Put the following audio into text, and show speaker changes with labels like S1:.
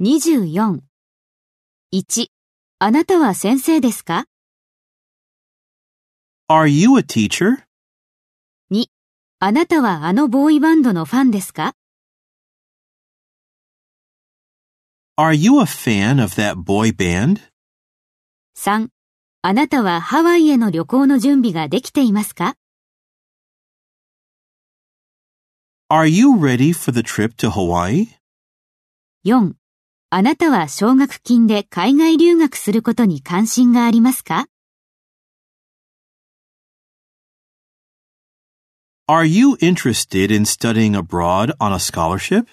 S1: 24.1. あなたは先生ですか
S2: Are you a teacher?
S1: あなたはあのボーイバンドのファンですか
S2: Are you a fan of that boy band?
S1: 3. あなたはハワイへの旅行の準備ができていますか
S2: Are you ready for the trip to Hawaii?
S1: 4. あなたは奨学金で海外留学することに関心がありますか
S2: Are you interested in studying abroad on a scholarship?